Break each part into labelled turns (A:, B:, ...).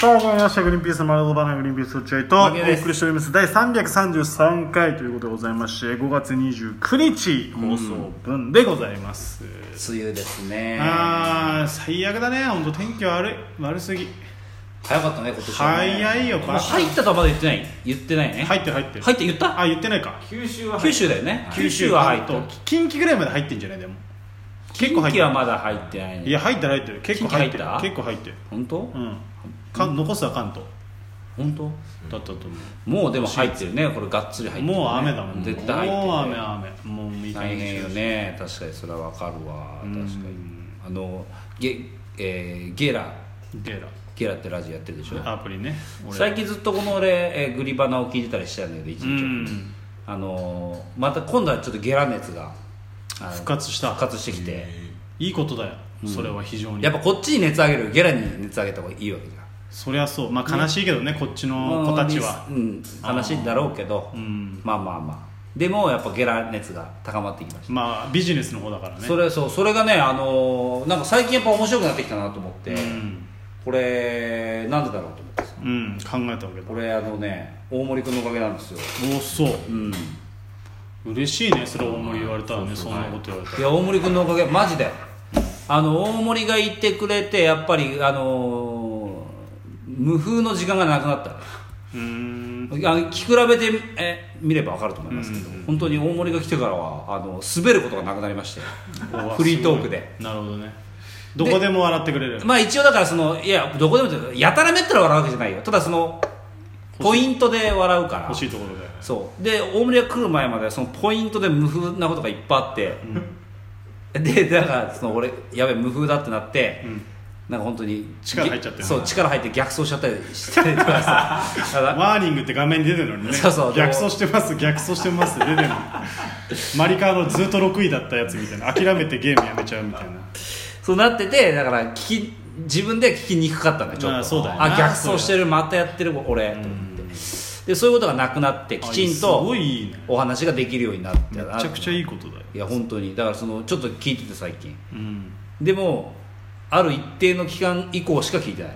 A: さあ始まりました「グリーンピースの丸ごバナグリーンピース落合」とお
B: 牧野です
A: 送りしております第333回ということでございまして5月29日放送分でございます、
B: 梅雨ですね
A: あー最悪だね本当天気悪い悪すぎ
B: 早かったね今年はね
A: 早いよ
C: もう入ったとはまだ言ってない言ってないね
A: 入ってる入ってる
C: 入って言った
A: あ言ってないか
D: 九州は入
C: 九
D: っ
C: 州だよね
A: 九
C: 九
A: 州
C: 州
A: は
C: は
A: 入
C: 入
A: っ
C: ったた
A: 近畿ぐらいまで入ってんじゃないでも結構入っ
C: 近
A: て
C: 畿
A: る
C: はまだ入ってない
A: い
C: ね
A: や入ってる入ってる結構入ってる
C: 近畿入った
A: 結構入ってる
C: 本当
A: うんか残すは関東
C: 本当
A: だったと思う
C: もうでも入ってるねこれがっつり入ってるね
A: もう雨だもん
C: 絶対入ってる
A: もう雨雨もういい感
C: 大
A: じ
C: 変よね確かにそれはわかるわ
A: う
C: 確か
A: ん
C: にあのゲえーゲラ
A: ゲラ
C: ゲラってラジオやってるでしょ
A: アプリね俺
C: 最近ずっとこの俺、えーグリバナを聞いてたりしてたんだけど一
A: う
C: 日
A: ん
C: あのーまた今度はちょっとゲラ熱があの
A: 復活した
C: 復活してきて
A: いいことだよそれは非常に
C: やっぱこっちに熱上げるよりゲラに熱上げた方がいいわけじゃん
A: そりゃそうまあ悲しいけどねこっちの子たちは
C: うん悲しいんだろうけど
A: うん
C: まあまあまあでもやっぱゲラ熱が高まってきました、
A: まあビジネスの方だからね
C: それそうそれがねあのーなんか最近やっぱ面白くなってきたなと思って、
A: うん
C: これなんでだろうと思ってさ
A: うん考えたわけだ
C: これあのね大森君のおかげなんですよ
A: おそう
C: うんい
A: 嬉しいねそれ大森言われたらねそんなこと言われたら
C: や大森君のおかげマジであの大森がいてくれてやっぱりあのー無風の時間がなくなった
A: うーん
C: あの聞き比べてえ見れば分かると思いますけど、本当に大森が来てからはあの滑ることがなくなりましてフリートークで。
A: なるほどねどこでも笑ってくれる
C: まあ一応だからそのいやどこでもってやたらめったら笑うわけじゃないよただそのポイントで笑うから
A: 欲しいところで
C: そうで大森が来る前まではそのポイントで無風なことがいっぱいあって、 でだからその俺やべえ無風だってなって、なんか本当に
A: 力入っちゃってる
C: そう力入って逆走しちゃったりしてと かさだから
A: ワーニングって画面に出てるのにね
C: そうそう
A: 逆走してます逆走してますって出てるのマリカーのずっと6位だったやつみたいな諦めてゲームやめちゃうみたいな
C: そうなっててだから聞き自分で聞きにくかったんだよちょっ
A: まあ
C: と
A: そうだよな
C: あ逆走してるまたやってる俺と思ってでそういうことがなくなってきちん
A: あす
C: と
A: ごいいいね
C: お話ができるようになって
A: めちゃくちゃいいことだよ
C: いや本当にだからそのちょっと聞いてて最近
A: うん
C: でもある一定の期間以降しか聞いてない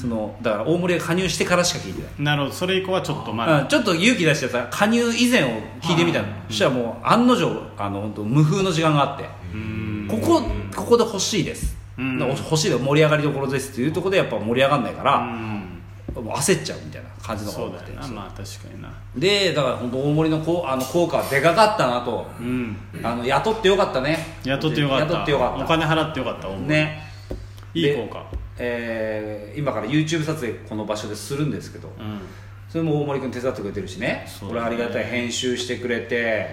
C: そのだから大森が加入してからしか聞いてな
A: な
C: い
A: るほどそれ以降はちょっとま
C: う
A: だ
C: んちょっと勇気出してさ加入以前を聞いてみたのそしたらもう案の定あの本当無風の時間があって
A: うん
C: ここここで欲しいです、
A: うん
C: 欲しいで盛り上がりどころですっていうところでやっぱ盛り上がんないか
A: う
C: ら、
A: ん
C: もう焦っちゃうみたいな感じの
A: そ
C: 方
A: う
C: が多く
A: だ
C: て
A: よなまあ確かにな
C: でだから本当大森のこうあの効果はでかかったなと、
A: うん
C: あの雇ってよかったね
A: 雇ってよかった
C: 雇ってよか
A: お
C: っ
A: 金払ってよかったお
C: た
A: 前
C: ね
A: いい
C: で
A: 効果
C: えー今から YouTube 撮影この場所でするんですけど、
A: うん
C: それも大森君手伝ってくれてるしね
A: そう
C: こ
A: だね
C: れありがたい編集してくれて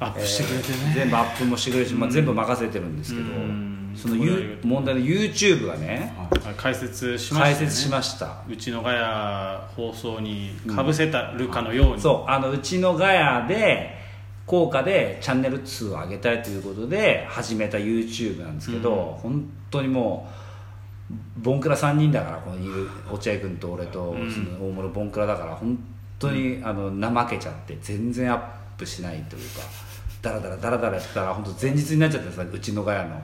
A: アップしてくれて
C: えー
A: ね
C: 全部アップもしてくれるし、まあ、全部任せてるんですけど
A: うん
C: その
A: これありが
C: ゆ
A: たい
C: 問題の YouTube がね
A: あ解説しましたね
C: 解説しました
A: うちのガヤ放送にかぶせたるかのように
C: そうあのうちのガヤで効果でチャンネル2を上げたいということで始めた YouTube なんですけど、本当にもうボンクラ3人だからこのいる落合君と俺と
A: ん
C: その大室ボンクラだから本当に、あの怠けちゃって全然アップしないというかダラダラダラダラやってたら本当前日になっちゃってさうちのガヤの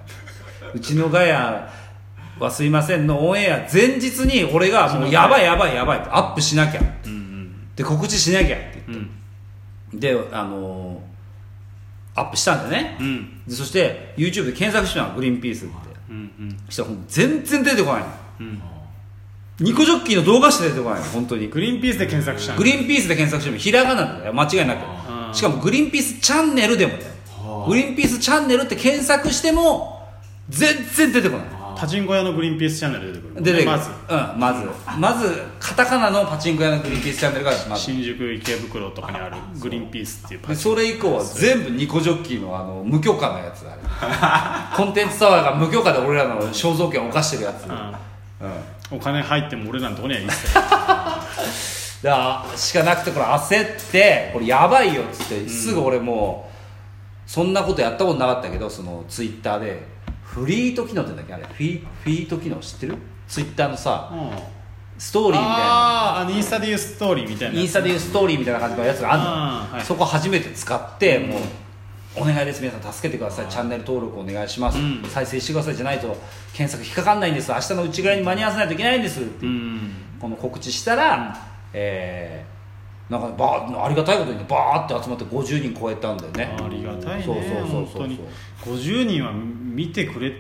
C: うちのガヤはすいませんのオンエア前日に俺がもうやばいやばいやばいってアップしなきゃ
A: うんうん
C: で告知しなきゃって言って
A: うん
C: であのーアップしたんだね、
A: うん
C: でそして YouTube で検索してたのグリーンピースって
A: うん
C: そしたらほんと全然出てこないの
A: うん
C: ニコジョッキーの動画しか出てこないの本当に
A: グリーンピースで検索したの
C: グリーンピースで検索してもひらがなだよ間違いな
A: あー
C: くしかもグリーンピースチャンネルでもだよグリーンピースチャンネルって検索しても全然出てこない
A: パチンコ屋のグリーンピースチャンネル出てくるもんね
C: 出てくる
A: まず
C: うん、まずまずカタカナのパチンコ屋のグリーンピースチャンネルがまず
A: 新宿池袋とかにあるグリーンピースっていうパ
C: で
A: チン
C: それ以降は全部ニコジョッキーのあの無許可のやつ だあれコンテンツタワーが無許可で俺らの肖像権を犯してるやつ、う
A: コ
C: ん、だか
A: お金入っても俺らのとこには一切
C: らしかなくてこれ焦ってこれやばいよっつってすぐ俺もうそんなことやったことなかったけどそのツイッターでフリート機能って言うんだっけあれフィフィート機能知ってるツイッターのさ
A: うん
C: ストーリーみたいな
A: あーあのインスタでいうストーリーみたいな
C: インスタでいうストーリーみたいな感じのやつがあるの
A: あーはい
C: そこ初めて使ってもうお願いです皆さん助けてくださいチャンネル登録お願いします、
A: うん
C: 再生してくださいじゃないと検索引っかかんないんです明日のうちぐらいに間に合わせないといけないんですっていう、
A: ん
C: この告知したら、えーなんかバーありがたいことにねバーって集まって50人超えたんだよね
A: ありがたいね
C: そうそうそう
A: 本
C: そう
A: 当に50人は見てくれ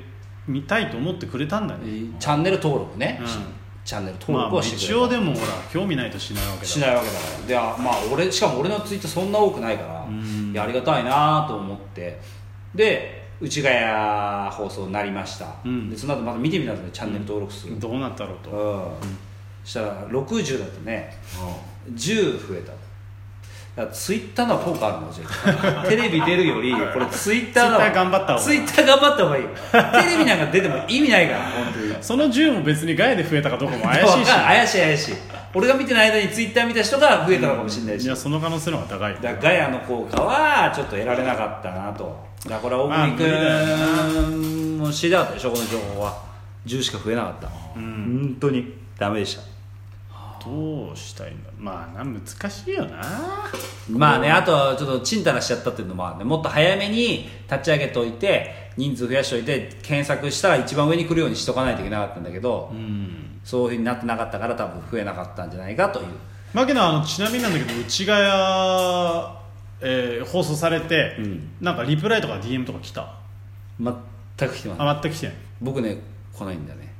A: 見たいと思ってくれたんだね
C: えーチャンネル登録ね、
A: うん
C: しチャンネル登
A: ま
C: 録
A: あ
C: はして
A: 一
C: くれた、
A: 応でもほら興味ないとしないわけだ
C: しないわけだからであまあ俺しかも俺のツイートそんな多くないから、
A: うん
C: いやありがたいなと思ってで内ヶ谷放送になりました、
A: うん
C: でその後また見てみたんですよチャンネル登録数、うん
A: どうなったろうと
C: そしたら60だとね、10増えただからツイッターの方が効果あるのじゃ あテレビ出るよりこれツイッターの
A: Twitter 頑張った方が
C: ツイッター頑張った方がいいよテレビなんか出ても意味ないから本当に
A: その10も別にガヤで増えたかどうかも怪しいし
C: 怪しい怪しい俺が見てない間にツイッター見た人が増えたのかもしれないし、
A: いやその可能性の方が高い
C: だからガヤの効果はちょっと得られなかったなとだからこれは
A: まあ
C: 大
A: 無理だ
C: 国君も知りたかったでしょこの情報は10しか増えなかった、
A: うん
C: 本当にダメでした
A: どうしたいんだまあな難しいよな
C: まあねあとはちょっとちんたらしちゃったっていうのもあるねもっと早めに立ち上げておいて人数増やしておいて検索したら一番上に来るようにしとかないといけなかったんだけど、
A: うん
C: そういうふうになってなかったから多分増えなかったんじゃないかという
A: まあけどあのちなみになんだけど内ヶ谷、えー放送されて、
C: うん
A: なんかリプライとか DM とか来た
C: 全く来てます
A: あ全く来てない
C: 僕ね来ないんだよね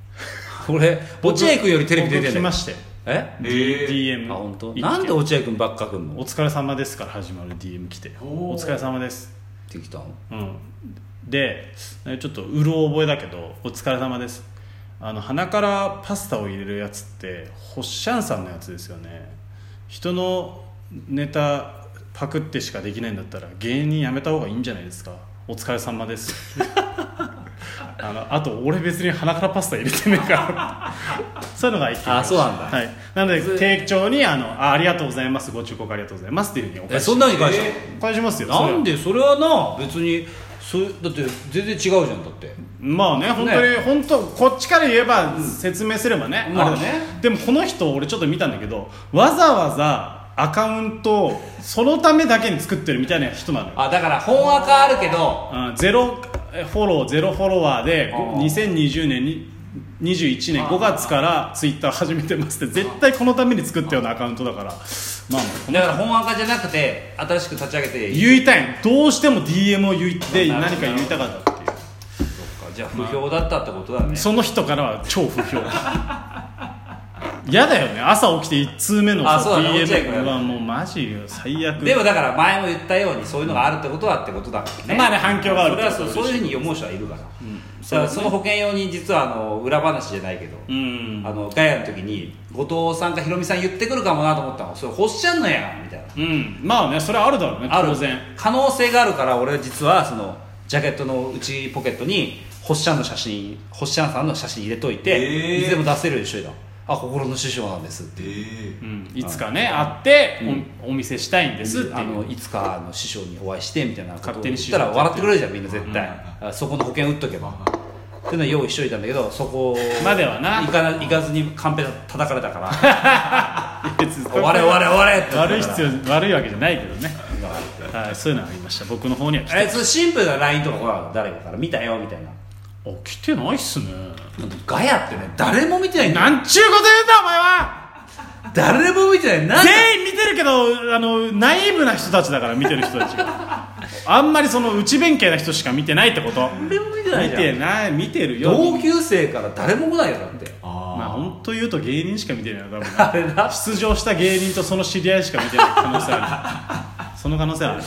C: 俺落合君よりテレビ出
A: 僕
C: てん
A: 来
C: だよ
A: まして
C: え
A: D- DM
C: あ本当
A: いい
C: なんで落合君ばっか来んの
A: お疲れ様ですから始まる DM 来て
B: おー
A: お疲れ様です
C: ってきたの
A: うんでちょっとうろ覚えだけどお疲れ様ですあの鼻からパスタを入れるやつってホッシャンさんのやつですよね人のネタパクってしかできないんだったら芸人やめた方がいいんじゃないですかお疲れ様です あのあと俺別に鼻からパスタ入れてねえ からそういうのが一気に
C: あそうなんだ
A: はい、なので丁重にあのあ「ありがとうございますご忠告ありがとうございます」っていうふうにお
C: え
A: 返し
C: そんなに返したの、
A: 返しますよそれは
C: なんでそれはな別にそうだって全然違うじゃんだって
A: まあね本当に、
C: ね
A: 本当こっちから言えば説明すればね、
C: まあ
A: れ
C: ね
A: だでもこの人俺ちょっと見たんだけどわざわざアカウントをそのためだけに作ってるみたいな人なのよ、
C: あだから本赤あるけど
A: うん、ゼロえフォローゼロフォロワーで
C: あー
A: 2020年に21年5月からツイッター 始めてますって絶対このために作ったようなアカウントだからまあ
C: だから本赤じゃなくて新しく立ち上げて
A: 言いたいどうしても DM を言って何か言いたかったっていう
C: そっかじゃあ不評だったってことだね、
A: その人からは超不評嫌だよね朝起きて1通目の
C: あそうだね落合君が
A: DM はもうマジよ最悪
C: でもだから前も言ったようにそういうのがあるってことはってことだからね
A: まあね反響がある
C: それはそう
A: って
C: そ
A: こと
C: う
A: で
C: いうふうに思う人はいるから、だからその保険用に実はあの裏話じゃないけど、
A: うん
C: あのガヤの時に後藤さんかヒロミさん言ってくるかもなと思ったのそれほっしゃんのやんみたいな
A: うんまあねそれはあるだろうね
C: ある
A: 当然
C: 可能性があるから俺は実はそのジャケットの内ポケットにホッシャンの写真ホッシャンさんの写真入れといて、
B: えー
C: いつでも出せるようにしといたのあ心の師匠なんですっていう
A: うんいつかね会っておお見せしたいんですって
C: あ
A: いう
C: のいつかあの師匠にお会いしてみたいなことを
A: 勝手
C: 言
A: に
C: っ
A: 師匠
C: たら笑ってくれるじゃんみんな絶対、あそこの保険打っとけば、っていうのは用意しといたんだけどそこ
A: まではな
C: 行かな行かずにカンペ叩かれたから
A: 別に
C: 終われ終われ終われって
A: 悪い必
C: 要
A: 要悪いわけじゃないけどねはいそういうのありました僕の方には来て
C: えそのシンプルな LINE とか来なかった誰かから見たよみたいな
A: あ来てないっすね
C: ガヤってね誰も見てないんだよ
A: なんちゅうこと言うんだお前は
C: 誰も見てないなん
A: 全員見てるけどあのナイーブな人たちだから見てる人たちがあんまりその内弁慶な人しか見てないってこと
C: 誰も見てな
A: 見
C: いじゃ
A: て
C: ん
A: ない見てるよ
C: 同級生から誰も来ないよだって
A: まあ
B: あ
A: 本当言うと芸人しか見てないよ多分
C: あれな
A: 出場した芸人とその知り合いしか見てない可能性あるその可能性ある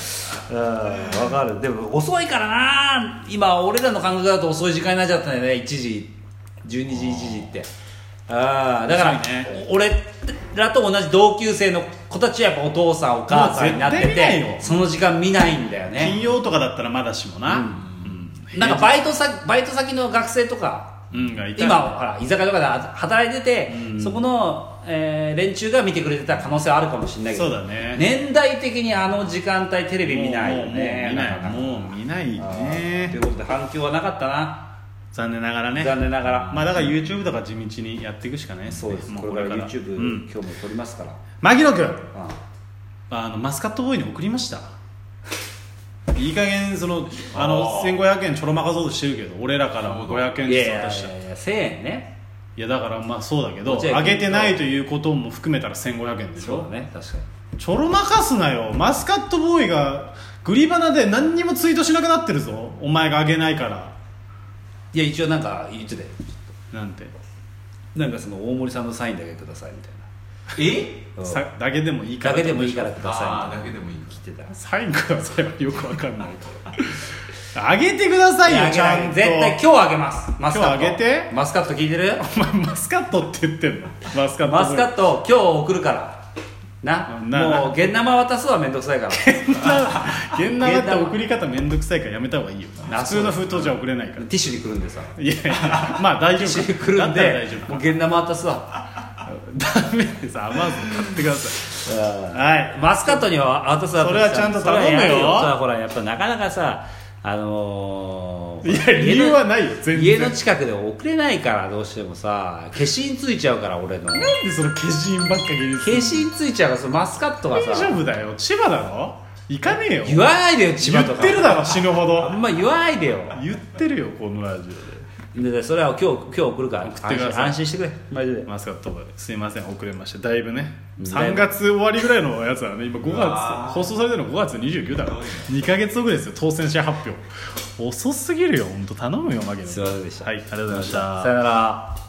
C: うんわかるでも遅いからな今俺らの感覚だと遅い時間になっちゃったんだよね1時12時1時ってああだから、
A: 遅いね
C: 俺らと同じ同級生の子たちはやっぱお父さんお母さんになって
A: もう絶対見ない
C: て
A: よ
C: その時間見ないんだよ
A: 金
C: ね
A: 曜とかだったらまだしもなうん
C: なんかバイト先バイト先の学生とか
A: うんがいた
C: 今ほら居酒屋とかで働いてて、そこの、えー連中が見てくれてた可能性はあるかもしれないけ
A: そ
C: ど
A: うだね
C: 年代的にあの時間帯テレビ見ないよね
A: もうもうもう見ないもう見ない
C: とい
A: ね
C: うことで反響はなかったな、
A: 残念ながらね
C: 残念ながら、
A: まあだから YouTube とか地道にやっていくしかないです
C: そう
A: ね
C: です
A: も
C: これから YouTube、
A: うん
C: 今日も撮りますから、
A: 牧野君
C: あ
A: あのマスカットボーイに送りました いい加減そのあの
C: あー
A: 1500円ちょろまかそうとしてるけど俺らからも500円
C: い
A: ず
C: や
A: つ
C: いや
A: 渡
C: い
A: した
C: やいや1000円ね
A: いやだからまあそうだけ
C: こ
A: ど
C: っちは
A: 上げてないということも含めたら1500円でし
C: そう
A: ょ
C: だね確かに
A: ちょろまかすなよマスカットボーイがグリバナで何にもツイートしなくなってるぞお前が上げないから
C: いや一応なんか言ってたよ
A: なんて
C: なんかその大森さんのサインだけくださいみたいな
B: え
C: うん
A: さだけでもいいから
C: だけでもいいからくだ
B: あ
C: さ
B: あ
C: い
B: だけ
C: みたい
B: でもいい
C: な来てた
A: サインくださいはよくわかんないあげてくださいよ
C: い
A: ち
C: やあ
A: ゃ
C: げる
A: んと
C: 絶対今日あげますマスカット
A: 今日あげて
C: マスカット聞いてる
A: お前 マスカットって言ってんのマスカット
C: マスカット今日送るからな
A: なな
C: もう現生渡すは面倒くさいから テ
A: 現ナマって送り方めんどくさいからやめた方がいいよ
C: あ
A: 普通の封筒じゃ送れないから
C: ィッシュにくるんでさ
A: いやいやまあ大丈
C: ティッシュ
A: 夫
C: にくるん
A: だったら
C: で
A: 大丈夫
C: もう現生渡すわ
A: ダメですアマゾン買ってくださいはい
C: マスカットには渡すわ
A: それはちゃんと頼むよ
C: それはやるそれはほらやっぱなかなかさあのー
A: いや理由はないよ全然
C: 家の近くで送れないからどうしてもさ消印ついちゃうから俺の
A: なんでその化身ばっかり入れて
C: 消印ついちゃうからそのマスカットがさ
A: 大丈夫だよ千葉だろ行かねえよ
C: 言わないでよ千葉とか
A: 言ってるだろ死ぬほど
C: あんま言わないでよ
A: 言ってるよこのラジ
C: ででそれは今日今日送るから
A: ってくださ
C: 安
A: い
C: 心安心してくれマジ
A: オ
C: で
A: でマスカットすいません遅れましただいぶね
C: うん
A: 3月終わりぐらいのやつだね今5
B: うわ
A: 月
B: ー
A: 放送されてるの5月29だから2か月後ぐらいですよ当選者発表遅すぎるよ本当頼むよマギ
C: すいませんでした
A: はいありがとうございました
C: さよなら